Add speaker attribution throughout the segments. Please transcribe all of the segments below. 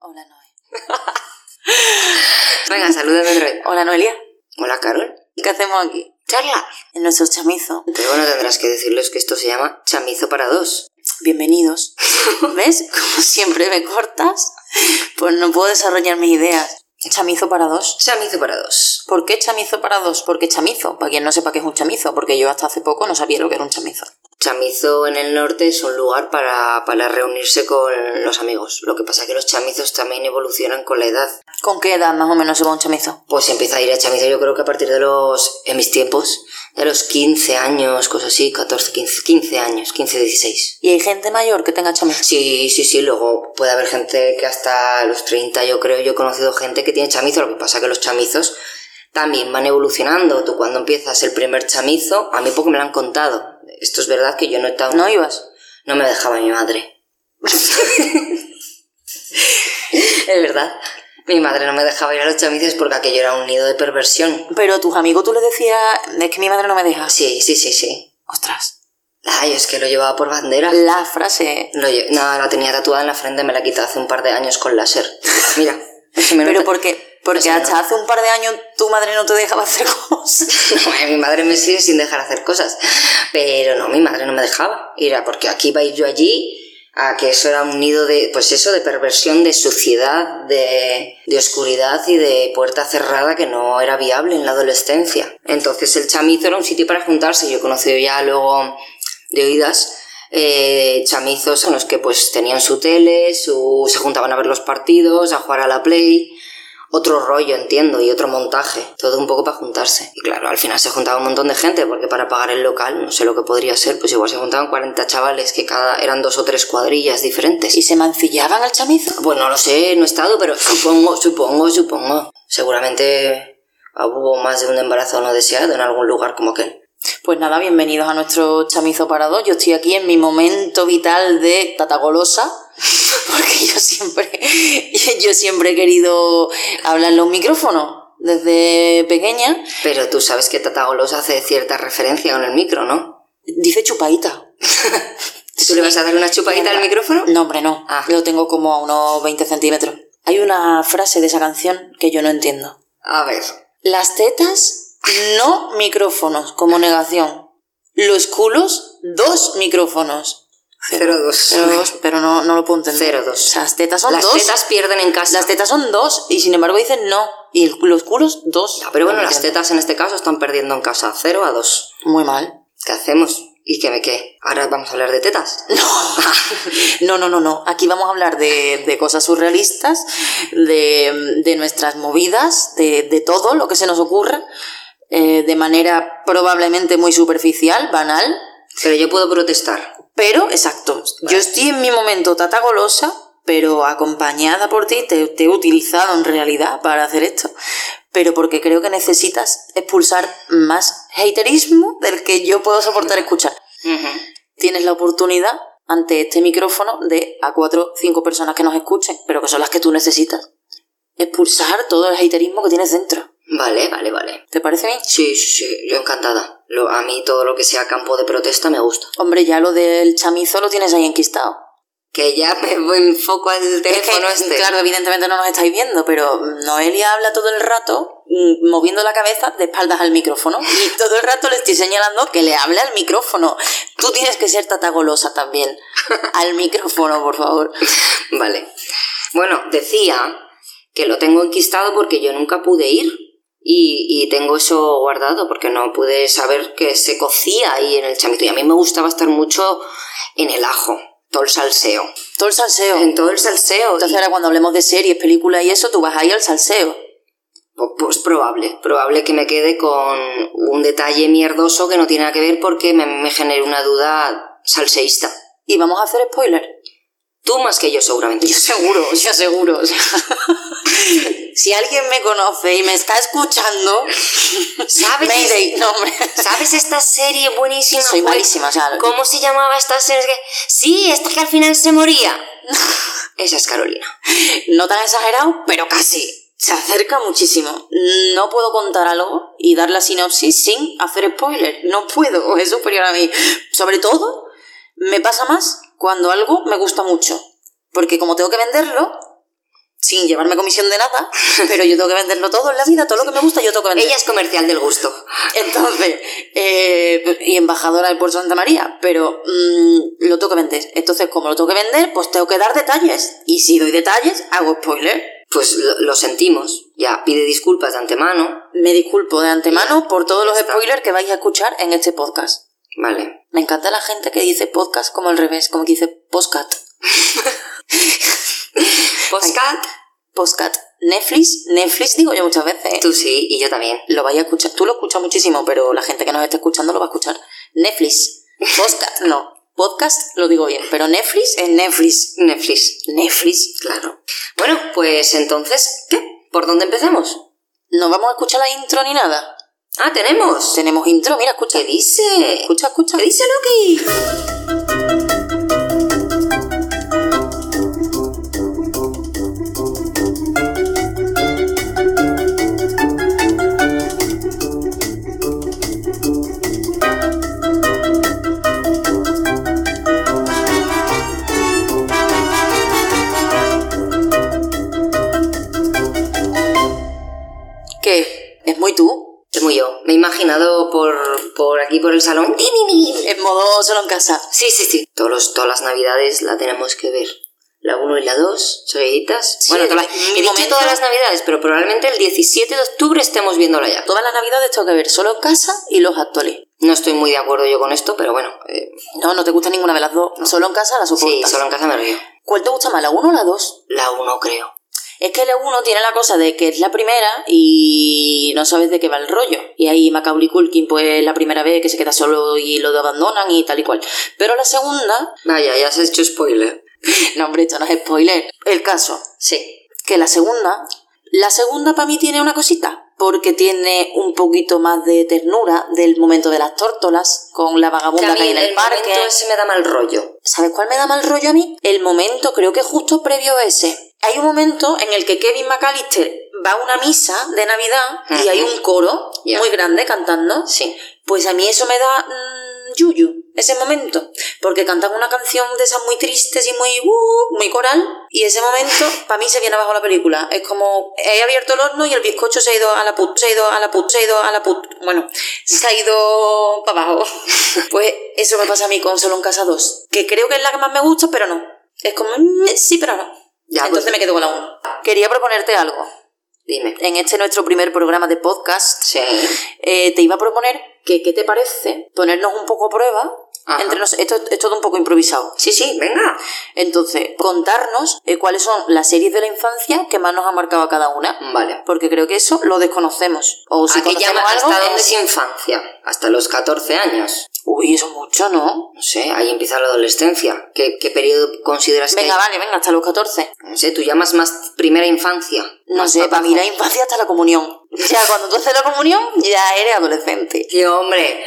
Speaker 1: Hola, Noé.
Speaker 2: Venga, salúdame otra vez.
Speaker 1: Hola, Noelia.
Speaker 2: Hola, Carol.
Speaker 1: ¿Qué hacemos aquí?
Speaker 2: Charla.
Speaker 1: En nuestro chamizo.
Speaker 2: Pero bueno, tendrás que decirles que esto se llama chamizo para dos.
Speaker 1: Bienvenidos. ¿Ves? Como siempre me cortas, pues no puedo desarrollar mis ideas. Chamizo para dos.
Speaker 2: Chamizo para dos.
Speaker 1: ¿Por qué chamizo para dos? Porque chamizo, para quien no sepa qué es un chamizo, porque yo hasta hace poco no sabía lo que era un chamizo.
Speaker 2: Chamizo en el norte es un lugar para, para reunirse con los amigos. Lo que pasa es que los chamizos también evolucionan con la edad.
Speaker 1: ¿Con qué edad más o menos se va un chamizo?
Speaker 2: Pues se empieza a ir a chamizo yo creo que a partir de los... en mis tiempos, de los 15 años, cosas así, 14, 15, 15 años, 15, 16.
Speaker 1: ¿Y hay gente mayor que tenga chamizo?
Speaker 2: Sí, sí, sí, luego puede haber gente que hasta los 30 yo creo, yo he conocido gente que tiene chamizo, lo que pasa es que los chamizos también van evolucionando. Tú cuando empiezas el primer chamizo, a mí poco me lo han contado. Esto es verdad que yo no he estado...
Speaker 1: ¿No ibas?
Speaker 2: No me dejaba mi madre. es verdad. Mi madre no me dejaba ir a los chamizos porque aquello era un nido de perversión.
Speaker 1: Pero tus amigos tú le decías, es que mi madre no me deja.
Speaker 2: Sí, sí, sí, sí.
Speaker 1: Ostras.
Speaker 2: Ay, es que lo llevaba por bandera.
Speaker 1: La frase.
Speaker 2: Lo lle- no, la tenía tatuada en la frente, me la quitó hace un par de años con láser. Mira. se me
Speaker 1: Pero
Speaker 2: nota-
Speaker 1: porque, porque
Speaker 2: sé,
Speaker 1: hasta
Speaker 2: no.
Speaker 1: hace un par de años tu madre no te dejaba hacer cosas.
Speaker 2: No, mi madre me sigue sin dejar hacer cosas. Pero no, mi madre no me dejaba. Era porque aquí iba a ir yo allí, a que eso era un nido de, pues eso, de perversión, de suciedad, de, de oscuridad y de puerta cerrada que no era viable en la adolescencia. Entonces el chamizo era un sitio para juntarse. Yo he conocido ya luego de oídas. eh, chamizos en los que pues tenían su tele, su, se juntaban a ver los partidos, a jugar a la play, otro rollo, entiendo, y otro montaje. Todo un poco para juntarse. Y claro, al final se juntaba un montón de gente, porque para pagar el local, no sé lo que podría ser, pues igual se juntaban 40 chavales que cada eran dos o tres cuadrillas diferentes.
Speaker 1: ¿Y se mancillaban al chamizo?
Speaker 2: Pues no lo sé, no he estado, pero supongo, supongo, supongo. Seguramente hubo más de un embarazo no deseado en algún lugar como aquel.
Speaker 1: Pues nada, bienvenidos a nuestro chamizo para dos. Yo estoy aquí en mi momento vital de tatagolosa, porque yo siempre, yo siempre he querido hablar en los micrófonos desde pequeña.
Speaker 2: Pero tú sabes que Tata Golos hace cierta referencia con el micro, ¿no?
Speaker 1: Dice chupaita.
Speaker 2: ¿Tú le vas a dar una chupadita al micrófono?
Speaker 1: No, hombre, no.
Speaker 2: Ah.
Speaker 1: Lo tengo como a unos 20 centímetros. Hay una frase de esa canción que yo no entiendo.
Speaker 2: A ver.
Speaker 1: Las tetas, no micrófonos, como negación. Los culos, dos micrófonos.
Speaker 2: Cero dos.
Speaker 1: Pero, pero no, no lo puedo entender.
Speaker 2: Cero dos.
Speaker 1: O sea, las tetas son
Speaker 2: Las
Speaker 1: dos.
Speaker 2: tetas pierden en casa.
Speaker 1: Las tetas son dos y sin embargo dicen no. Y el- los culos, dos.
Speaker 2: Ya, pero bueno,
Speaker 1: No
Speaker 2: las
Speaker 1: entiendo.
Speaker 2: tetas en este caso están perdiendo en casa, 0 a 2.
Speaker 1: Muy mal.
Speaker 2: ¿Qué hacemos? ¿Y qué me qué? Ahora vamos a hablar de tetas.
Speaker 1: No, no, no, no. Aquí vamos a hablar de, de cosas surrealistas, de, de nuestras movidas, de, de todo lo que se nos ocurra, eh, de manera probablemente muy superficial, banal.
Speaker 2: Pero yo puedo protestar.
Speaker 1: Pero, exacto, yo estoy en mi momento tata golosa, pero acompañada por ti, te, te he utilizado en realidad para hacer esto, pero porque creo que necesitas expulsar más haterismo del que yo puedo soportar escuchar. Tienes la oportunidad ante este micrófono de a cuatro o cinco personas que nos escuchen, pero que son las que tú necesitas, expulsar todo el haterismo que tienes dentro.
Speaker 2: Vale, vale, vale.
Speaker 1: ¿Te parece bien?
Speaker 2: Sí, sí, sí, yo encantada. Lo- a mí todo lo que sea campo de protesta me gusta.
Speaker 1: Hombre, ya lo del chamizo lo tienes ahí enquistado.
Speaker 2: Que ya me enfoco al
Speaker 1: Es que, mm,
Speaker 2: teléfono este.
Speaker 1: Claro, evidentemente no nos estáis viendo, pero mm, Noelia habla todo el rato mm, moviendo la cabeza de espaldas al micrófono y todo el rato le estoy señalando que le hable al micrófono. Tú tienes que ser tatagolosa también. Al micrófono, por favor.
Speaker 2: Vale. Bueno, decía que lo tengo enquistado porque yo nunca pude ir y, y tengo eso guardado porque no pude saber que se cocía ahí en el chamito. Y a mí me gustaba estar mucho en el ajo, todo el salseo.
Speaker 1: Todo el salseo.
Speaker 2: En todo el salseo.
Speaker 1: Entonces ahora cuando hablemos de series, películas y eso, tú vas ahí al salseo.
Speaker 2: Pu- Pues probable, probable que me quede con un detalle mierdoso que no tiene nada que ver porque me, me genera una duda salseísta.
Speaker 1: Y vamos a hacer spoiler.
Speaker 2: Tú más que yo seguramente.
Speaker 1: Yo seguro, yo seguro. o sea. si alguien me conoce y me está escuchando,
Speaker 2: ¿Sabes?
Speaker 1: Mayday, no, hombre.
Speaker 2: ¿Sabes esta serie buenísima?
Speaker 1: Soy
Speaker 2: Juan?
Speaker 1: malísima, o sea,
Speaker 2: ¿Cómo se llamaba esta serie? Es que- Sí, esta que al final se moría. Esa es Carolina.
Speaker 1: No tan exagerado, pero casi. Se acerca muchísimo. No puedo contar algo y dar la sinopsis sin hacer spoiler. No puedo, es superior a mí. Sobre todo, me pasa más cuando algo me gusta mucho. Porque como tengo que venderlo, sin llevarme comisión de nada, pero yo tengo que venderlo todo en la vida, todo lo que me gusta yo tengo que vender.
Speaker 2: Ella es comercial del gusto.
Speaker 1: Entonces, eh, y embajadora del Puerto Santa María, pero mm, lo tengo que vender. Entonces, como lo tengo que vender, pues tengo que dar detalles. Y si doy detalles, hago spoiler.
Speaker 2: Pues lo, lo sentimos. Ya pide disculpas de antemano.
Speaker 1: Me disculpo de antemano por todos los spoilers que vais a escuchar en este podcast.
Speaker 2: Vale.
Speaker 1: Me encanta la gente que dice podcast como al revés, como que dice postcat.
Speaker 2: Postcat.
Speaker 1: Postcat. Netflix, Netflix digo yo muchas veces. ¿eh?
Speaker 2: Tú sí, y yo también.
Speaker 1: Lo vais a escuchar, tú lo escuchas muchísimo, pero la gente que nos está escuchando lo va a escuchar. Netflix. Podcast, no. Podcast lo digo bien, pero Netflix es Netflix.
Speaker 2: Netflix.
Speaker 1: Netflix.
Speaker 2: Claro. Bueno, pues entonces, ¿qué? ¿Por dónde empezamos?
Speaker 1: No vamos a escuchar la intro ni nada.
Speaker 2: Ah, tenemos.
Speaker 1: Tenemos intro, mira, escucha.
Speaker 2: ¿Qué dice?
Speaker 1: Escucha, escucha.
Speaker 2: ¿Qué dice Loki?
Speaker 1: ¿Qué? ¿Es muy tú?
Speaker 2: Es muy yo. Me he imaginado por, por aquí, por el salón. Di, di, di.
Speaker 1: En modo solo en casa.
Speaker 2: Sí, sí, sí. Todos los- todas las navidades la tenemos que ver. La 1 y la 2, seguiditas.
Speaker 1: Sí,
Speaker 2: bueno, todas las-
Speaker 1: en mi
Speaker 2: he dicho
Speaker 1: momento-
Speaker 2: todas las navidades, pero probablemente el 17 de octubre estemos viéndola ya.
Speaker 1: Todas las navidades tengo que ver solo en casa y los actuales.
Speaker 2: No estoy muy de acuerdo yo con esto, pero bueno. eh,
Speaker 1: No, no te gusta ninguna de las dos. Solo en casa la
Speaker 2: sí,
Speaker 1: soportas.
Speaker 2: solo en casa me río.
Speaker 1: ¿Cuál te gusta más, la 1 o Pues la 2?
Speaker 2: La 1 creo.
Speaker 1: Es que la 1 tiene la cosa de que es la primera y no sabes de qué va el rollo. Y ahí Macaulay Culkin, pues la primera vez que se queda solo y lo abandonan y tal y cual. Pero la segunda,
Speaker 2: Vaya, ya has hecho spoiler.
Speaker 1: no hombre, esto no es spoiler. El caso,
Speaker 2: Sí.
Speaker 1: que la segunda, la segunda para mí tiene una cosita, porque tiene un poquito más de ternura del momento de las tórtolas con la
Speaker 2: Que a
Speaker 1: vagabunda que
Speaker 2: mí
Speaker 1: hay en
Speaker 2: el,
Speaker 1: el parque.
Speaker 2: momento ese me da mal rollo.
Speaker 1: ¿Sabes cuál me da mal rollo a mí? El momento, creo que justo previo a ese. Hay un momento en el que Kevin McAllister va a una misa de Navidad y
Speaker 2: Ujú.
Speaker 1: hay un coro
Speaker 2: Ya.
Speaker 1: muy grande cantando.
Speaker 2: Sí.
Speaker 1: Pues a mí eso me da mm, yuyu, ese momento. Porque cantan una canción de esas muy tristes y muy, uh, muy coral. Y ese momento, para mí, se viene abajo la película. Es como, he abierto el horno y el bizcocho se ha ido a la put, se ha ido a la put, se ha ido a la put. Bueno, se ha ido para abajo. pues eso me pasa a mí con Solo en Casa 2. Que creo que es la que más me gusta, pero no. Es como, mm, sí, pero no.
Speaker 2: Ya,
Speaker 1: Entonces
Speaker 2: pues-
Speaker 1: me quedo con la 1. Quería proponerte algo.
Speaker 2: Dime.
Speaker 1: En este nuestro primer programa de podcast,
Speaker 2: Sí.
Speaker 1: eh, te iba a proponer que, ¿qué te parece? Ponernos un poco a prueba.
Speaker 2: Ajá.
Speaker 1: Entre nos, esto es todo un poco improvisado.
Speaker 2: Sí, sí, venga.
Speaker 1: Entonces, contarnos eh, cuáles son las series de la infancia que más nos ha marcado a cada una.
Speaker 2: Vale.
Speaker 1: Porque creo que eso lo desconocemos. O Pues si
Speaker 2: Aquella
Speaker 1: conocemos algo.
Speaker 2: hasta dónde
Speaker 1: es-
Speaker 2: es infancia, hasta los 14 años.
Speaker 1: Uy, eso es mucho, ¿no?
Speaker 2: No sé, ahí empieza la adolescencia. ¿Qué, qué periodo consideras
Speaker 1: Venga,
Speaker 2: que
Speaker 1: vale, venga, hasta los 14.
Speaker 2: No sé, tú llamas más primera infancia.
Speaker 1: No
Speaker 2: Más
Speaker 1: sé, para mí
Speaker 2: abajo.
Speaker 1: la infancia hasta la comunión. Ya cuando tú haces la comunión, ya eres adolescente.
Speaker 2: ¡Qué hombre!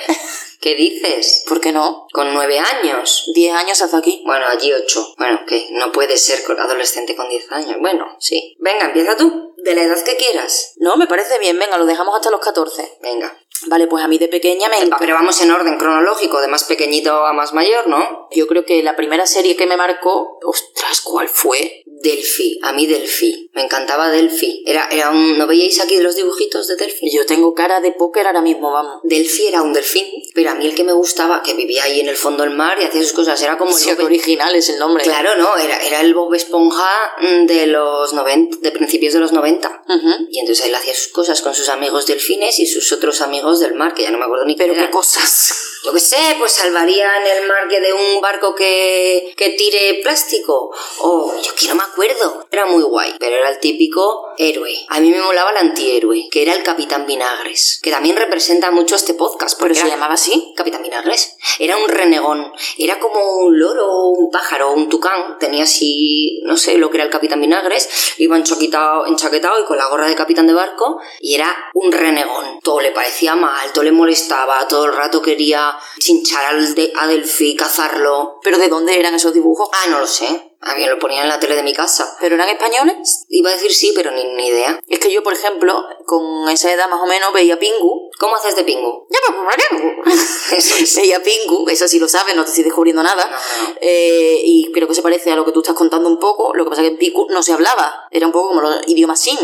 Speaker 2: ¿Qué dices?
Speaker 1: ¿Por qué no?
Speaker 2: Con nueve años.
Speaker 1: 10 años hasta aquí.
Speaker 2: Bueno, allí ocho. Bueno, que no puedes ser con- adolescente con diez años. Bueno, sí. Venga, empieza tú. De la edad que quieras.
Speaker 1: No, me parece bien, venga, lo dejamos hasta los 14.
Speaker 2: Venga.
Speaker 1: Vale, pues a mí de pequeña me,
Speaker 2: Ah, Pero vamos en orden cronológico, de más pequeñito a más mayor, ¿no?
Speaker 1: Yo creo que la primera serie que me marcó, ostras, ¿cuál fue?
Speaker 2: Delphi, a mí Delphi. Me encantaba Delphi. Era, era un... ¿No veíais aquí los dibujitos de Delphi?
Speaker 1: Yo tengo cara de póker ahora mismo, vamos.
Speaker 2: Delphi era un delfín, pero a mí el que me gustaba, que vivía ahí en el fondo del mar y hacía sus cosas, era como el
Speaker 1: Sí, qué
Speaker 2: Bob-
Speaker 1: original es el nombre.
Speaker 2: Claro, no, era, era el Bob Esponja mm, de los 90, de principios de los 90.
Speaker 1: Ujú.
Speaker 2: Y entonces él hacía sus cosas con sus amigos delfines y sus otros amigos del mar, que ya no me acuerdo ni
Speaker 1: Pero
Speaker 2: eran.
Speaker 1: qué cosas.
Speaker 2: Yo qué sé, pues salvarían el mar que de un barco que, que tire plástico. O yo que no me acuerdo. Era muy guay, pero era el típico héroe. A mí me molaba el antihéroe, que era el Capitán Vinagres, que también representa mucho este podcast.
Speaker 1: Pero
Speaker 2: porque
Speaker 1: se
Speaker 2: era-
Speaker 1: llamaba así.
Speaker 2: Capitán Vinagres. Era un renegón. Era como un loro, un pájaro, un tucán. Tenía así, no sé lo que era el Capitán Vinagres. Iba enchaquetado, enchaquetado y con la gorra de capitán de barco. Y era un renegón. Todo le parecía mal, todo le molestaba. Todo el rato quería chinchar al de, a Delphi, cazarlo.
Speaker 1: Pero ¿de dónde eran esos dibujos?
Speaker 2: Ah, no lo sé. A mí me lo ponían en la tele de mi casa.
Speaker 1: ¿Pero eran españoles?
Speaker 2: Iba a decir sí, pero ni, ni idea.
Speaker 1: Es que yo, por ejemplo, con esa edad más o menos veía Pingu pues,
Speaker 2: ¿Cómo haces de pingu? Eso es.
Speaker 1: Ella Pingu, eso sí lo sabes, no te estoy descubriendo nada.
Speaker 2: No, no.
Speaker 1: Eh, y creo que se parece a lo que tú estás contando un poco. Lo que pasa es que Pingu no se hablaba. Era un poco como los idiomas sin.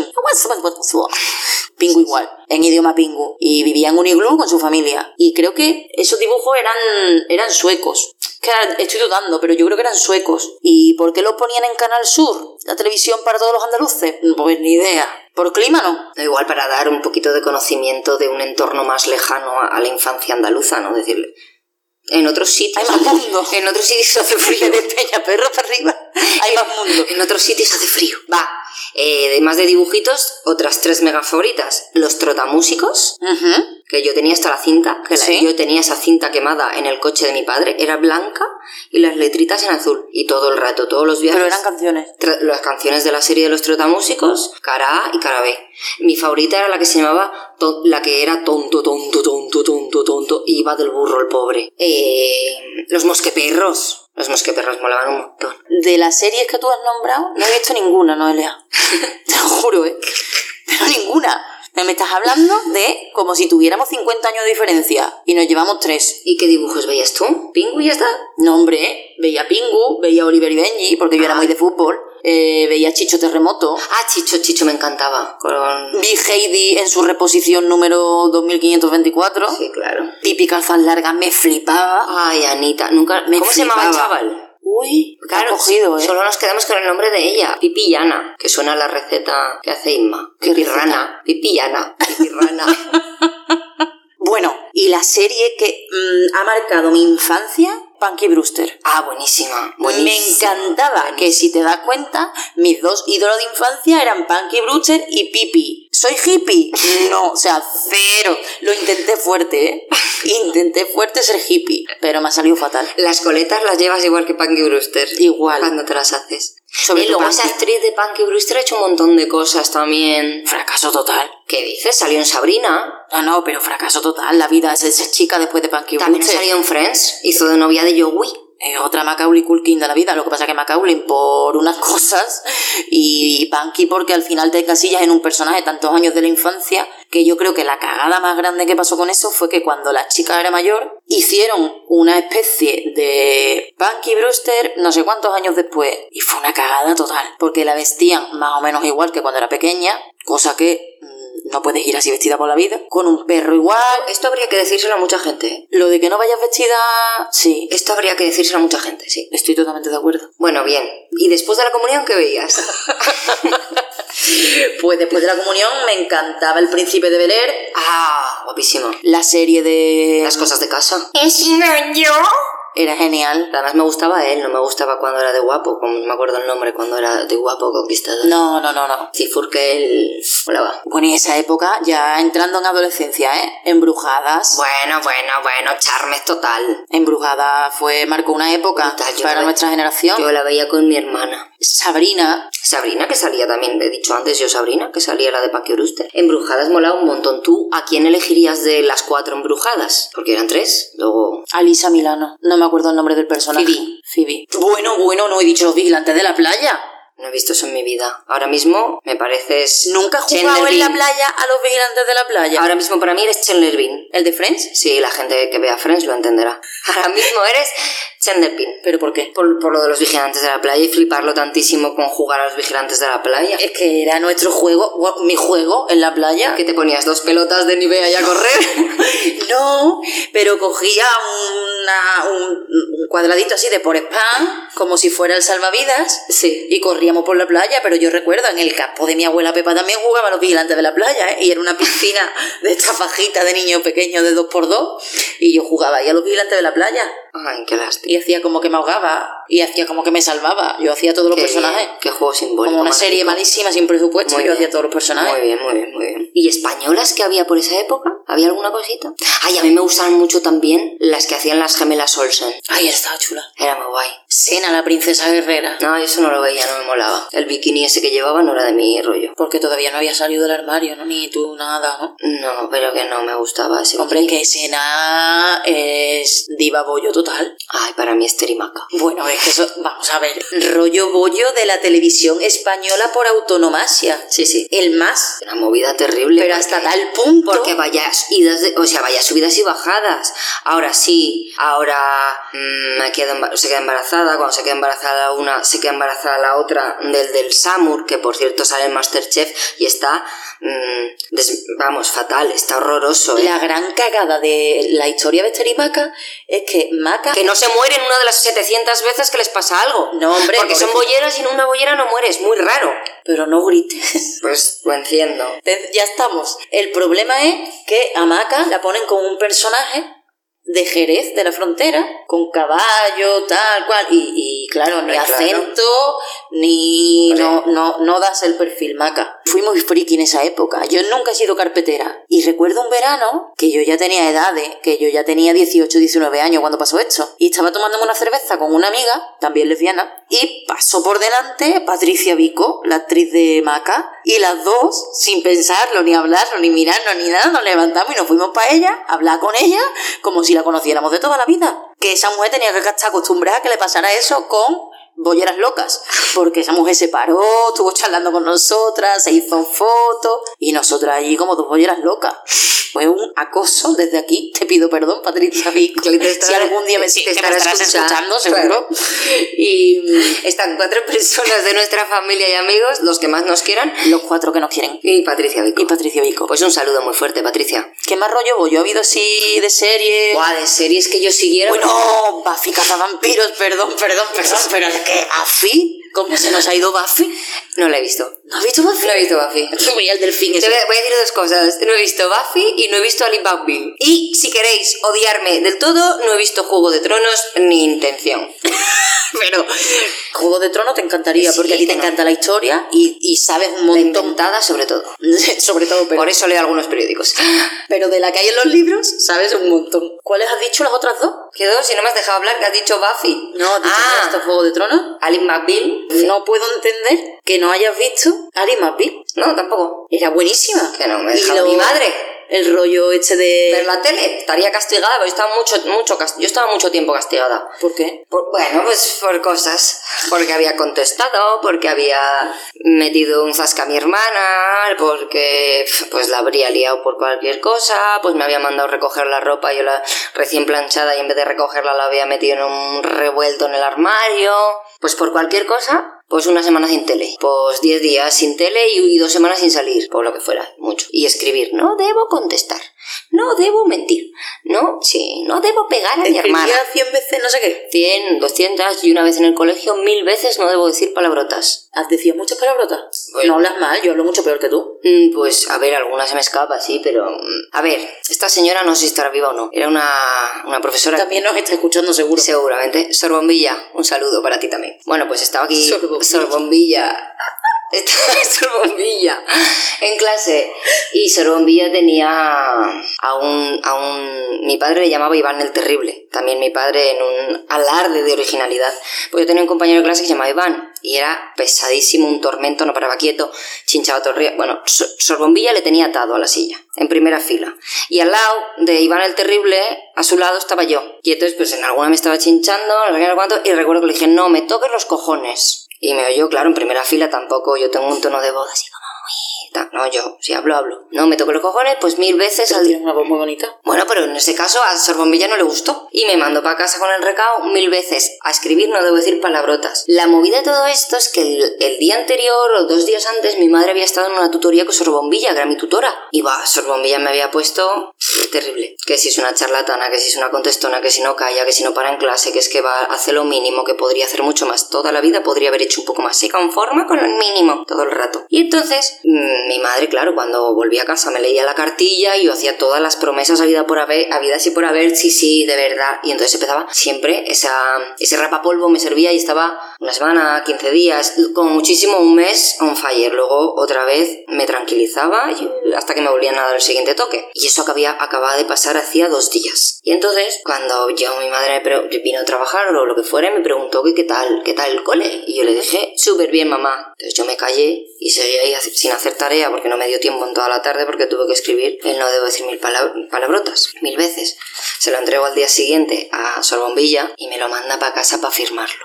Speaker 1: Pingu igual, en idioma Pingu. Y vivía en un iglú con su familia. Y creo que esos dibujos eran, eran suecos. Que ahora estoy dudando, pero yo creo que eran suecos. ¿Y por qué los ponían en Canal Sur? ¿La televisión para todos los andaluces? Pues ni idea. ¿Por clima no?
Speaker 2: No, Igual para dar un poquito de conocimiento de un entorno más lejano a, a la infancia andaluza, ¿no? Decirle. En otros sitios.
Speaker 1: Hay más mundo.
Speaker 2: En otros sitios hace frío.
Speaker 1: De Peña Perro para arriba. Hay más mundo.
Speaker 2: En otros sitios hace frío. Va. Eh, además de dibujitos, otras tres mega favoritas. Los trotamúsicos,
Speaker 1: Ujú.
Speaker 2: que yo tenía hasta la cinta, que la-
Speaker 1: Sí.
Speaker 2: yo tenía esa cinta quemada en el coche de mi padre, era blanca y las letritas en azul. Y todo el rato, todos los viajes.
Speaker 1: Pero eran canciones.
Speaker 2: tra- las canciones de la serie de los trotamúsicos, cara A y cara B. Mi favorita era la que se llamaba to- la que era tonto, tonto, tonto, tonto, tonto, y iba del burro el pobre. Eh, los mosqueperros. Los mosqueperros molaban un montón.
Speaker 1: De las series que tú has nombrado, no he visto ninguna, Noelia. Te lo juro, ¿eh? Pero ninguna. Me estás hablando de como si tuviéramos 50 años de diferencia y nos llevamos tres.
Speaker 2: ¿Y qué dibujos veías tú? ¿Pingüi ya está?
Speaker 1: No, hombre, ¿eh? veía a Pingu, veía a Oliver y Benji, porque yo era muy de fútbol, eh, veía a Chicho Terremoto,
Speaker 2: Ah, Chicho, Chicho me encantaba. Con...
Speaker 1: vi Heidi en su reposición número 2524,
Speaker 2: Sí, claro.
Speaker 1: Pipi Calzas Largas me flipaba.
Speaker 2: Ay, Anita, nunca...
Speaker 1: Me
Speaker 2: ¿Cómo se llamaba el
Speaker 1: flipaba.
Speaker 2: chaval?
Speaker 1: Uy, claro, cogido, ¿eh?
Speaker 2: solo nos quedamos con el nombre de ella, Pipillana, que suena a la receta que hace Inma.
Speaker 1: ¿Qué
Speaker 2: Pipirrana, Pipillana, Pipirrana.
Speaker 1: Bueno, y la serie que mm, ha marcado mi infancia, Punky Brewster.
Speaker 2: Ah, buenísima.
Speaker 1: Me
Speaker 2: buenísima.
Speaker 1: encantaba que si te das cuenta, mis dos ídolos de infancia eran Punky Brewster y Pipi. ¿Soy hippie? No, o sea, cero. Lo intenté fuerte, ¿eh? Intenté fuerte ser hippie, pero me ha salido fatal.
Speaker 2: Las coletas las llevas igual que Punky Brewster.
Speaker 1: Igual.
Speaker 2: Cuando te las haces.
Speaker 1: Sobre
Speaker 2: y
Speaker 1: todo
Speaker 2: luego
Speaker 1: Punky.
Speaker 2: esa actriz de Punky Brewster ha hecho un montón de cosas también.
Speaker 1: Fracaso total.
Speaker 2: ¿Qué dices? Salió en Sabrina.
Speaker 1: No, no, pero fracaso total. La vida de esa chica después de Punky
Speaker 2: También ha
Speaker 1: Brewster.
Speaker 2: salido en Friends. Hizo de novia de Joey.
Speaker 1: Es Eh, otra Macaulay Culkin de la vida. Lo que pasa que Macaulay por unas cosas y Punky porque al final te casillas en un personaje tantos años de la infancia que yo creo que la cagada más grande que pasó con eso fue que cuando la chica era mayor hicieron una especie de Punky Brewster no sé cuántos años después y fue una cagada total porque la vestían más o menos igual que cuando era pequeña cosa que mm, no puedes ir así vestida por la vida con un perro igual
Speaker 2: Esto habría que decírselo a mucha gente. ¿eh?
Speaker 1: lo de que no vayas vestida sí
Speaker 2: Esto habría que decírselo a mucha gente, sí.
Speaker 1: estoy totalmente de acuerdo
Speaker 2: Bueno, bien. ¿Y después de la comunión qué veías?
Speaker 1: Pues después de la comunión me encantaba El Príncipe de Bel Air,
Speaker 2: ah, guapísimo.
Speaker 1: la serie de.
Speaker 2: Las cosas de casa.
Speaker 1: Era genial.
Speaker 2: Además me gustaba él, no me gustaba cuando era de guapo, como no me acuerdo el nombre, cuando era de guapo conquistador.
Speaker 1: No, no, no, no.
Speaker 2: Cifurkel volaba.
Speaker 1: Bueno, y esa época, ya entrando en adolescencia, ¿eh? Embrujadas.
Speaker 2: Bueno, bueno, bueno, charmes total.
Speaker 1: Embrujadas fue, marcó una época
Speaker 2: Brutal, yo
Speaker 1: para
Speaker 2: la-
Speaker 1: nuestra generación.
Speaker 2: Yo la veía con mi hermana.
Speaker 1: Sabrina,
Speaker 2: Sabrina, que salía también, he dicho antes yo Sabrina, que salía la de Paqui Brewster. Embrujadas molaba un montón. ¿Tú a quién elegirías de las cuatro embrujadas? Porque eran tres, luego...
Speaker 1: Alisa Milano. No me acuerdo el nombre del personaje.
Speaker 2: Phoebe.
Speaker 1: Phoebe. Bueno, bueno, no he dicho los vigilantes de la playa.
Speaker 2: No he visto eso en mi vida. Ahora mismo me pareces...
Speaker 1: Nunca he jugado
Speaker 2: Chandler Ah.
Speaker 1: en la
Speaker 2: Bing.
Speaker 1: playa a los vigilantes de la playa.
Speaker 2: Ahora mismo para mí eres Chandler Bean.
Speaker 1: ¿El de Friends?
Speaker 2: Sí, la gente que vea Friends lo entenderá. Ahora mismo eres Chandler Bean.
Speaker 1: ¿Pero por qué?
Speaker 2: Por, por lo de los vigilantes de la playa y fliparlo tantísimo con jugar a los vigilantes de la playa.
Speaker 1: Es que era nuestro juego, bueno, mi juego en la playa.
Speaker 2: Que te ponías dos pelotas de Nivea y a correr.
Speaker 1: No, pero cogía una- un, un cuadradito así de por spam, como si fuera el salvavidas,
Speaker 2: sí.
Speaker 1: y corríamos por la playa. Pero yo recuerdo, en el campo de mi abuela Pepa también jugaban los vigilantes de la playa, ¿eh? y era una piscina de esta fajita de niño pequeño de 2x2, y yo jugaba ahí a los vigilantes de la playa,
Speaker 2: Ay, qué lástima.
Speaker 1: y hacía como que me ahogaba, y hacía como que me salvaba. Yo hacía todos los
Speaker 2: Qué,
Speaker 1: personajes,
Speaker 2: qué juego simbólico.
Speaker 1: como una
Speaker 2: más
Speaker 1: serie
Speaker 2: rico.
Speaker 1: malísima, sin presupuesto,
Speaker 2: Muy
Speaker 1: yo
Speaker 2: bien.
Speaker 1: hacía todos los personajes.
Speaker 2: Muy bien, muy bien, muy bien. ¿Y españolas que había por esa época? ¿Había alguna cosita? Ay, a mí me gustaban mucho también las que hacían las gemelas Olsen.
Speaker 1: Ay, estaba chula.
Speaker 2: Era muy guay.
Speaker 1: Cena la princesa guerrera.
Speaker 2: No, eso no lo veía, no me molaba. El bikini ese que llevaba no era de mi rollo.
Speaker 1: Porque todavía no había salido del armario, ¿no? Ni tú, nada, ¿no?
Speaker 2: No, pero que no me gustaba ese
Speaker 1: Hombre,
Speaker 2: bikini.
Speaker 1: que escena es diva bollo total.
Speaker 2: Ay, para mí es terimaca.
Speaker 1: Bueno, es que eso, vamos a ver, rollo bollo de la televisión española por autonomasia.
Speaker 2: Sí, sí.
Speaker 1: El más,
Speaker 2: Una movida terrible.
Speaker 1: pero hasta tal punto
Speaker 2: Porque vaya las idas, de- o sea, vaya subidas y bajadas. Ahora sí, ahora mm, me quedo embar- se queda embarazada, cuando se queda embarazada una, se queda embarazada la otra del del Samur, que por cierto sale en Masterchef y está, mm, des- vamos, fatal, está horroroso. ¿eh?
Speaker 1: La gran cagada de la historia de Esther y Maca es que Maca.
Speaker 2: Que no se mueren una de las 700 veces que les pasa algo.
Speaker 1: No, hombre,
Speaker 2: Porque son
Speaker 1: pobrecito.
Speaker 2: bolleras y en una bollera no mueres, muy raro.
Speaker 1: Pero no grites.
Speaker 2: Pues lo entiendo.
Speaker 1: Te- ya estamos. El problema es que a Maca la ponen con un personaje de Jerez, de la frontera, con caballo, tal cual. Y, y claro, ni
Speaker 2: Hombre, claro.
Speaker 1: acento, ni.
Speaker 2: Hombre.
Speaker 1: No, no, no das el perfil Maca. Fui muy friki en esa época. Yo nunca he sido carpetera. Y recuerdo un verano que yo ya tenía edades, que yo ya tenía 18, 19 años cuando pasó esto. Y estaba tomándome una cerveza con una amiga, también lesbiana, y pasó por delante Patricia Vico, la actriz de Maca, y las dos, sin pensarlo, ni hablarlo, ni mirarnos, ni nada, nos levantamos y nos fuimos para ella, a hablar con ella, como si la conociéramos de toda la vida. Que esa mujer tenía que estar acostumbrada a que le pasara eso con bolleras locas, porque esa mujer se paró, estuvo charlando con nosotras, se hizo fotos y nosotras allí como dos bolleras locas. Fue un acoso desde aquí, te pido perdón, Patricia Vico.
Speaker 2: Que te
Speaker 1: Si
Speaker 2: estará-
Speaker 1: algún día me,
Speaker 2: te
Speaker 1: si- que me
Speaker 2: estará
Speaker 1: estarás escuchando,
Speaker 2: escuchando,
Speaker 1: seguro.
Speaker 2: claro.
Speaker 1: Y
Speaker 2: Están cuatro personas de nuestra familia y amigos, los que más nos quieran,
Speaker 1: los cuatro que nos quieren.
Speaker 2: y Patricia Vico.
Speaker 1: Y Patricia Vico.
Speaker 2: Pues un saludo muy fuerte, Patricia.
Speaker 1: ¿Qué más rollo voy? Yo ha habido así de serie.
Speaker 2: Buah, de series que yo siguiera.
Speaker 1: Bueno, Buffy cazavampiros, perdón, perdón, perdón, pero es que Buffy, ¿cómo se nos ha ido Buffy?
Speaker 2: no la he visto.
Speaker 1: ¿No has visto Buffy?
Speaker 2: No he visto Buffy.
Speaker 1: Yo veía el delfín
Speaker 2: Te
Speaker 1: ese.
Speaker 2: voy a voy a decir dos cosas. No he visto Buffy y no he visto Ali Bill. Y si queréis odiarme del todo, no he visto Juego de Tronos ni intención.
Speaker 1: Pero Juego de Trono te encantaría,
Speaker 2: Sí,
Speaker 1: porque a ti te
Speaker 2: no.
Speaker 1: encanta la historia y, y sabes un
Speaker 2: La
Speaker 1: montón.
Speaker 2: inventada sobre todo.
Speaker 1: Sobre todo, pero,
Speaker 2: Por eso leo algunos periódicos.
Speaker 1: pero de la que hay en los libros, sabes un montón. ¿Cuáles has dicho las otras dos?
Speaker 2: Quedó, si no me has dejado hablar, que has dicho Buffy.
Speaker 1: No, ¿has dicho
Speaker 2: ah,
Speaker 1: esto Juego de Trono?
Speaker 2: Ali McBeal.
Speaker 1: No puedo entender que no hayas visto Ali McBeal.
Speaker 2: No, tampoco.
Speaker 1: Era buenísima.
Speaker 2: Que no me ha
Speaker 1: Y
Speaker 2: dejado
Speaker 1: lo-
Speaker 2: mi madre.
Speaker 1: El rollo este de...
Speaker 2: Ver la tele estaría castigada, pero yo estaba mucho, mucho, cas- yo estaba mucho tiempo castigada.
Speaker 1: ¿Por qué?
Speaker 2: Por- bueno, pues por cosas. Porque había contestado, porque había metido un zasca a mi hermana, porque pf, pues la habría liado por cualquier cosa, pues me había mandado recoger la ropa, yo la recién planchada y en vez de recogerla la había metido en un revuelto en el armario. Pues por cualquier cosa, pues una semana sin tele, pues 10 días sin tele y y dos semanas sin salir, por lo que fuera, mucho. Y escribir, no debo contestar, no debo mentir, no, sí, no debo pegar a mi hermana.
Speaker 1: Escribía 100 veces no sé qué.
Speaker 2: 100, 200 y una vez en el colegio, mil veces no debo decir palabrotas.
Speaker 1: ¿Has decías muchas palabrotas?
Speaker 2: Bueno.
Speaker 1: No hablas mal, yo hablo mucho peor que tú.
Speaker 2: Mm, Pues, a ver, algunas se me escapa, sí, pero... mm, A ver, esta señora no sé si estará viva o no. Era una, una profesora...
Speaker 1: También nos está escuchando seguro.
Speaker 2: Seguramente. Sorbombilla, un saludo para ti también. Bueno, pues estaba aquí.
Speaker 1: Sorbombilla.
Speaker 2: Sorbombilla. Estaba Sorbombilla en clase. Y Sorbombilla tenía a un, a un. Mi padre le llamaba Iván el Terrible. También mi padre en un alarde de originalidad. Pues yo tenía un compañero de clase que se llamaba Iván. Y era pesadísimo, un tormento, no paraba quieto, chinchaba todo el río. Bueno, Sor- Sorbombilla le tenía atado a la silla, en primera fila. Y al lado de Iván el Terrible, a su lado estaba yo. Y entonces, pues en alguna me estaba chinchando, no sé qué, no sé cuánto, y recuerdo que le dije, no, me toques los cojones. Y me oyó, claro, en primera fila tampoco, yo tengo un tono de voz así como muy... tal. No, yo, si hablo, hablo. No, me toques los cojones, pues mil veces
Speaker 1: Pero
Speaker 2: al día.
Speaker 1: tienes una voz muy bonita.
Speaker 2: Bueno, pero en ese caso a Sorbombilla no le gustó y me mandó para casa con el recao mil veces. A escribir no debo decir palabrotas. La movida de todo esto es que el, el día anterior o dos días antes mi madre había estado en una tutoría con Sorbombilla, que era mi tutora. Y va, Sorbombilla me había puesto pff, terrible. Que si es una charlatana, que si es una contestona, que si no calla, que si no para en clase, que es que va, hace lo mínimo, que podría hacer mucho más. Toda la vida podría haber hecho un poco más. Se conforma con el mínimo todo el rato. Y entonces mm, mi madre, claro, cuando volví a casa me leía la cartilla y yo hacía todas las promesas habida por haber, habidas y por haber, sí, sí, de verdad. Y entonces empezaba siempre esa, ese rapapolvo me servía y estaba una semana, 15 días, como muchísimo un mes on fire. Luego otra vez me tranquilizaba y hasta que me volvían a dar el siguiente toque. Y eso que había acababa de pasar hacía dos días. Y entonces, cuando yo, mi madre me pre- vino a trabajar o lo que fuera, me preguntó que qué tal, qué tal el cole. Y yo le dije, súper bien, mamá. Entonces yo me callé y seguí ahí haci- sin hacer tarea porque no me dio tiempo en toda la tarde porque tuve que escribir el no debo decir mil palab- palabrotas, mil veces. Se lo entrego al día siguiente a Sorbombilla y me lo manda para casa para firmarlo.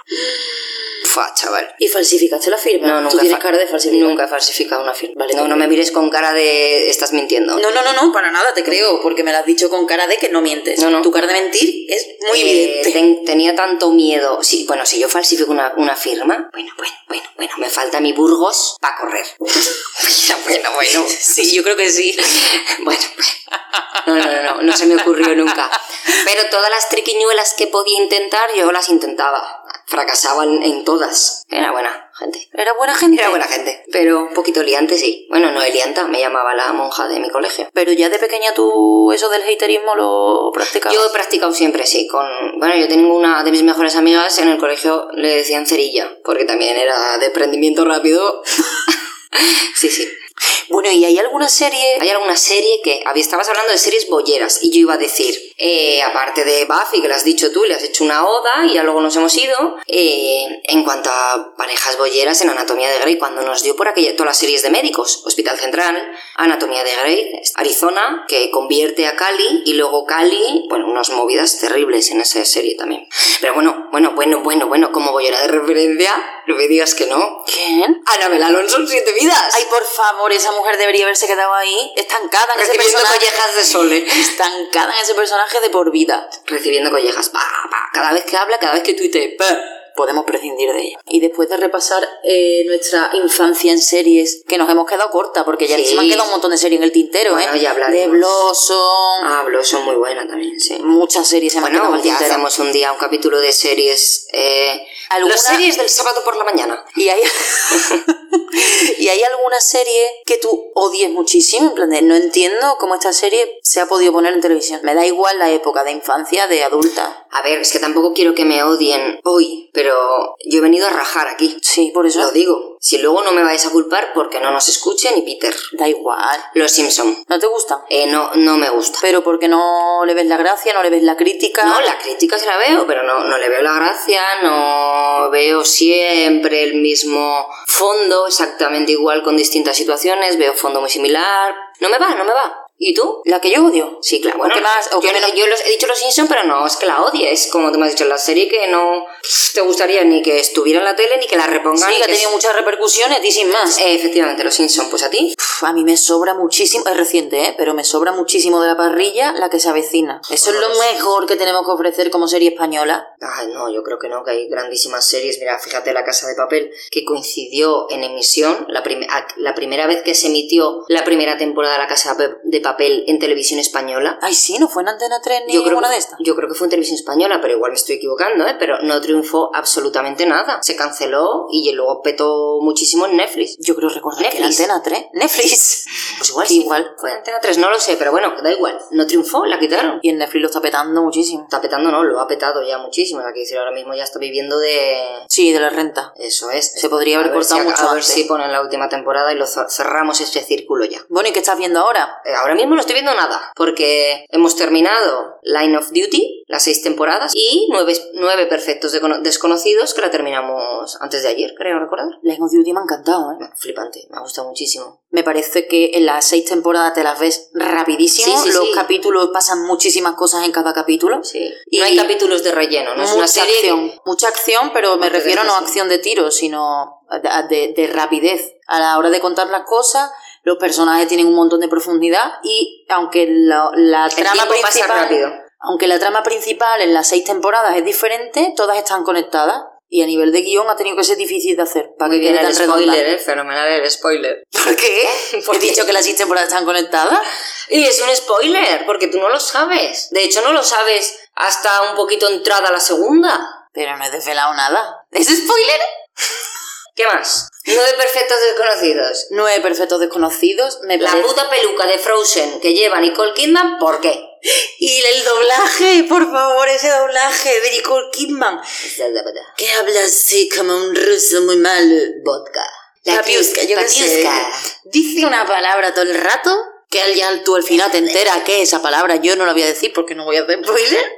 Speaker 2: Ufa, chaval.
Speaker 1: ¿Y falsificaste la firma?
Speaker 2: No, nunca
Speaker 1: Tú
Speaker 2: he
Speaker 1: tienes
Speaker 2: fa-
Speaker 1: cara de falsificar.
Speaker 2: Nunca he falsificado una firma.
Speaker 1: Vale,
Speaker 2: no,
Speaker 1: tú-
Speaker 2: no me mires con cara de estás mintiendo.
Speaker 1: No, no, no, no, para nada, te creo, porque me lo has dicho con cara de que no mientes.
Speaker 2: No, no.
Speaker 1: Tu cara de mentir es muy
Speaker 2: Eh,
Speaker 1: evidente.
Speaker 2: ten- tenía tanto miedo. Sí, bueno, si yo falsifico una, una firma, bueno, bueno, bueno, bueno, me falta mi Burgos para correr. bueno, bueno, bueno.
Speaker 1: Sí, yo creo que sí.
Speaker 2: Bueno, no, no, no, no, no se me ocurrió nunca. Pero todas las triquiñuelas que podía intentar, yo las intentaba. Fracasaban en todas. Era buena gente.
Speaker 1: Era buena gente.
Speaker 2: Era buena gente. Pero un poquito liante, sí. Bueno, no es lianta, me llamaba la monja de mi colegio.
Speaker 1: Pero ya de pequeña tú eso del haterismo lo practicabas.
Speaker 2: Yo he practicado siempre, sí. Con, bueno, yo tengo una de mis mejores amigas en el colegio, le decían cerilla, porque también era de prendimiento rápido. sí, sí.
Speaker 1: Bueno, ¿y hay alguna serie?
Speaker 2: Hay alguna serie que. había- Estabas hablando de series bolleras, y yo iba a decir, eh, aparte de Buffy, que lo has dicho tú, le has hecho una oda y ya luego nos hemos ido. eh, en cuanto a parejas bolleras en Anatomía de Grey, cuando nos dio por aquella, todas las series de médicos, Hospital Central, Anatomía de Grey, Arizona, que convierte a Cali, y luego Cali, bueno, unas movidas terribles en esa serie también. Pero bueno, bueno, bueno, bueno, bueno, como bollera de referencia, no me digas que no.
Speaker 1: ¿Quién?
Speaker 2: Anabel Alonso en siete vidas.
Speaker 1: Ay, por favor, esa mujer debería haberse quedado ahí, estancada en ese
Speaker 2: recibiendo
Speaker 1: personaje.
Speaker 2: collejas de sole.
Speaker 1: Estancada en ese personaje de por vida.
Speaker 2: recibiendo collejas. Pa, pa. Cada vez que habla, cada vez que tuite. Pa.
Speaker 1: Podemos prescindir de ella. Y después de repasar eh, nuestra infancia en series, que nos hemos quedado corta, porque ya
Speaker 2: Sí.
Speaker 1: encima queda un montón de series en el tintero,
Speaker 2: Bueno,
Speaker 1: ¿eh?
Speaker 2: ya hablaremos.
Speaker 1: de Blossom,
Speaker 2: Hablo, son muy buena también, sí.
Speaker 1: muchas series se me han quedado en
Speaker 2: Bueno,
Speaker 1: el
Speaker 2: ya
Speaker 1: tintero.
Speaker 2: hacemos un día un capítulo de series. Eh,
Speaker 1: ¿Alguna-
Speaker 2: Las series del sábado por la mañana.
Speaker 1: ¿Y hay... ¿Y hay alguna serie que tú odies muchísimo? En plan de, no entiendo cómo esta serie se ha podido poner en televisión. Me da igual la época de infancia, de adulta.
Speaker 2: A ver, es que tampoco quiero que me odien hoy, pero yo he venido a rajar aquí.
Speaker 1: Sí, por eso.
Speaker 2: Lo digo. Si luego no me vais a culpar porque no nos escuche ni Peter.
Speaker 1: Da igual.
Speaker 2: Los Simpson.
Speaker 1: No te gusta.
Speaker 2: Eh, no, no me gusta.
Speaker 1: Pero porque no le ves la gracia, no le ves la crítica.
Speaker 2: No, la crítica se la veo, pero no, no le veo la gracia, no veo siempre el mismo fondo, exactamente igual con distintas situaciones, veo fondo muy similar. No me va, no me va. ¿Y tú?
Speaker 1: La que yo odio.
Speaker 2: Sí, claro.
Speaker 1: ¿O
Speaker 2: Bueno,
Speaker 1: qué más? ¿O
Speaker 2: yo,
Speaker 1: qué
Speaker 2: no-
Speaker 1: menos?
Speaker 2: yo los- he dicho los Simpsons, pero no, es que la odies, como tú me has dicho, la serie que no te gustaría ni que estuviera en la tele, ni que la repongan.
Speaker 1: Sí,
Speaker 2: ni
Speaker 1: que ha
Speaker 2: que
Speaker 1: tenido
Speaker 2: es-
Speaker 1: muchas repercusiones, y sin más.
Speaker 2: Eh, efectivamente, los Simpsons, pues a ti.
Speaker 1: Uf, a mí me sobra muchísimo, es reciente, ¿eh? pero me sobra muchísimo de la parrilla la que se avecina. Eso es lo mejor que tenemos que ofrecer como serie española.
Speaker 2: Ay, no, yo creo que no, que hay grandísimas series. Mira, fíjate La Casa de Papel, que coincidió en emisión. La, prim- a- la primera vez que se emitió la primera temporada de La Casa de Pap- de Papel en televisión española.
Speaker 1: Ay, sí, no fue en Antena 3 ni
Speaker 2: Yo creo,
Speaker 1: ninguna de
Speaker 2: que,
Speaker 1: estas.
Speaker 2: yo creo que fue en televisión española, pero igual me estoy equivocando, ¿eh? Pero no triunfó absolutamente nada. Se canceló y luego petó muchísimo en Netflix.
Speaker 1: Yo creo recordar que era
Speaker 2: Netflix.
Speaker 1: Antena 3. Netflix.
Speaker 2: Pues igual
Speaker 1: sí.
Speaker 2: Igual fue en Antena 3, no lo sé, pero bueno, da igual. No triunfó, la quitaron.
Speaker 1: Y en Netflix lo está petando muchísimo.
Speaker 2: Está petando, no, lo ha petado ya muchísimo. La que decir ahora mismo ya está viviendo de,
Speaker 1: Sí, de la renta.
Speaker 2: Eso es.
Speaker 1: Se podría
Speaker 2: A
Speaker 1: haber
Speaker 2: ver
Speaker 1: cortado
Speaker 2: si-
Speaker 1: mucho
Speaker 2: A ver
Speaker 1: antes.
Speaker 2: si ponen la última temporada y lo zo- cerramos ese círculo ya.
Speaker 1: Bueno, ¿y qué estás viendo ahora?
Speaker 2: Eh, Ahora mismo no estoy viendo nada, porque hemos terminado Line of Duty, las seis temporadas, y nueve, nueve perfectos de- desconocidos que la terminamos antes de ayer, creo recordar.
Speaker 1: Line of Duty me ha encantado, ¿eh?
Speaker 2: Flipante, me ha gustado muchísimo.
Speaker 1: Me parece que en las seis temporadas te las ves rapidísimo.
Speaker 2: Sí, sí,
Speaker 1: Los
Speaker 2: sí.
Speaker 1: capítulos pasan muchísimas cosas en cada capítulo.
Speaker 2: Sí.
Speaker 1: Y-
Speaker 2: no hay capítulos de relleno, no es una
Speaker 1: mucha
Speaker 2: serie. que-
Speaker 1: acción, mucha acción, pero me
Speaker 2: Aparte de
Speaker 1: refiero no a
Speaker 2: acción.
Speaker 1: acción de tiro, sino a- a- de, de rapidez. A la hora de contar las cosas, los personajes tienen un montón de profundidad y aunque la, la
Speaker 2: El
Speaker 1: trama
Speaker 2: tiempo pasa
Speaker 1: principal,
Speaker 2: rápido.
Speaker 1: aunque la trama principal en las seis temporadas es diferente, todas están conectadas y a nivel de guión ha tenido que ser difícil de hacer para
Speaker 2: Muy
Speaker 1: que
Speaker 2: bien
Speaker 1: quede
Speaker 2: el
Speaker 1: tan redonda.
Speaker 2: spoiler, eh, fenomenal el spoiler.
Speaker 1: ¿Por qué?
Speaker 2: ¿Por
Speaker 1: He
Speaker 2: qué?
Speaker 1: dicho que las seis temporadas están conectadas.
Speaker 2: Y es un spoiler, porque tú no lo sabes. De hecho, no lo sabes hasta un poquito entrada la segunda.
Speaker 1: Pero no he desvelado nada. ¿Es spoiler?
Speaker 2: ¿Qué más? Nueve perfectos desconocidos.
Speaker 1: Nueve perfectos desconocidos. Me
Speaker 2: La
Speaker 1: parece-
Speaker 2: puta peluca de Frozen que lleva Nicole Kidman, ¿por qué?
Speaker 1: Y el doblaje, por favor, ese doblaje de Nicole Kidman, que habla así como un ruso muy malo.
Speaker 2: Vodka.
Speaker 1: La piusca, yo qué sé. Dice una palabra todo el rato que al- ya tú al final te enteras que esa palabra yo no la voy a decir porque no voy a hacer spoiler.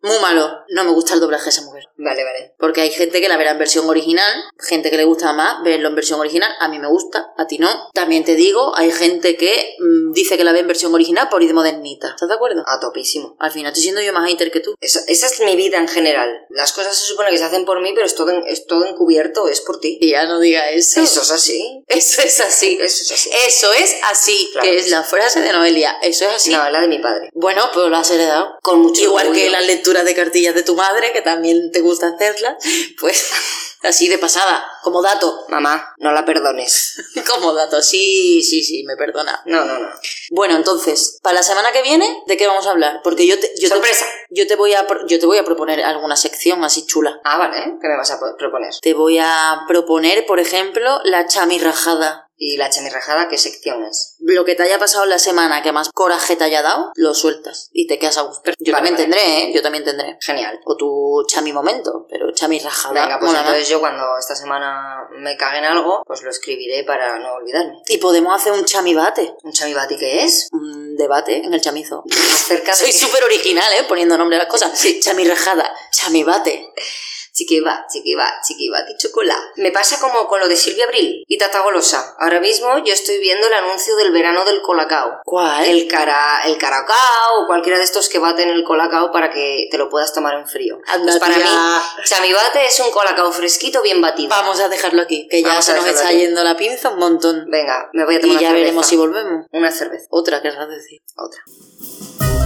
Speaker 1: Muy malo. No me gusta el doblaje de esa mujer.
Speaker 2: Vale, vale.
Speaker 1: Porque hay gente que la verá en versión original, gente que le gusta más verlo en versión original, a mí me gusta, a ti no. También te digo, hay gente que mm, dice que la ve en versión original por ir de modernita. ¿Estás de acuerdo?
Speaker 2: A topísimo.
Speaker 1: Al final estoy siendo yo más hater que tú.
Speaker 2: Eso- esa es mi vida en general. Las cosas se supone que se hacen por mí, pero es todo, en- es todo encubierto, es por ti.
Speaker 1: Y ya no diga eso.
Speaker 2: Eso es así.
Speaker 1: Eso es así.
Speaker 2: Eso es así.
Speaker 1: Eso es así,
Speaker 2: Claro.
Speaker 1: que es la frase de Noelia. Eso es así.
Speaker 2: No, la de mi padre.
Speaker 1: Bueno, pues lo has heredado.
Speaker 2: Con mucho
Speaker 1: Igual
Speaker 2: orgullo.
Speaker 1: que las lecturas de cartillas de tu madre, que también te gusta hacerlas, pues así de pasada, como dato.
Speaker 2: Mamá, no la perdones.
Speaker 1: Como dato, sí, sí, sí, me perdona.
Speaker 2: No, no, no.
Speaker 1: Bueno, entonces, para la semana que viene, ¿de qué vamos a hablar? Porque yo te, yo te-
Speaker 2: Sorpresa.
Speaker 1: yo te voy a pro- yo te voy a proponer alguna sección así chula.
Speaker 2: Ah, vale. ¿Qué me vas a po- proponer?
Speaker 1: Te voy a proponer, por ejemplo, la chamirrajada.
Speaker 2: ¿Y la chamirrajada qué sección es?
Speaker 1: Lo que te haya pasado en la semana que más coraje te haya dado, lo sueltas y te quedas a gusto. Yo
Speaker 2: Vale,
Speaker 1: también
Speaker 2: vale.
Speaker 1: tendré, ¿eh? Yo también tendré.
Speaker 2: Genial.
Speaker 1: O tu chami momento, pero chamirrajada.
Speaker 2: Venga, pues
Speaker 1: mola más.
Speaker 2: entonces yo cuando esta semana me cague en algo, pues lo escribiré para no olvidarme.
Speaker 1: Y podemos hacer un chamibate,
Speaker 2: ¿Un chamibati qué es?
Speaker 1: un debate en el chamizo.
Speaker 2: Acerca de...
Speaker 1: Soy súper original, ¿eh? Poniendo nombre a las cosas. Chamirrajada, chamibate.
Speaker 2: Chiquiba, chiquiba, chiquibati chocolate. Me pasa como con lo de Silvia Abril y Tata Golosa. Ahora mismo yo estoy viendo el anuncio del verano del colacao.
Speaker 1: ¿Cuál?
Speaker 2: El cara, el caracao o cualquiera de estos que baten el colacao para que te lo puedas tomar en frío.
Speaker 1: Anda,
Speaker 2: Pues para
Speaker 1: tía.
Speaker 2: mí, chamibate es un colacao fresquito bien batido.
Speaker 1: Vamos a dejarlo aquí, que ya
Speaker 2: Vamos
Speaker 1: se
Speaker 2: a
Speaker 1: nos
Speaker 2: dejarlo
Speaker 1: está
Speaker 2: aquí.
Speaker 1: yendo la pinza un montón.
Speaker 2: Venga, me voy a tomar
Speaker 1: Y
Speaker 2: una
Speaker 1: ya
Speaker 2: cerveza.
Speaker 1: veremos si volvemos.
Speaker 2: Una cerveza,
Speaker 1: Otra, querrás decir.
Speaker 2: otra.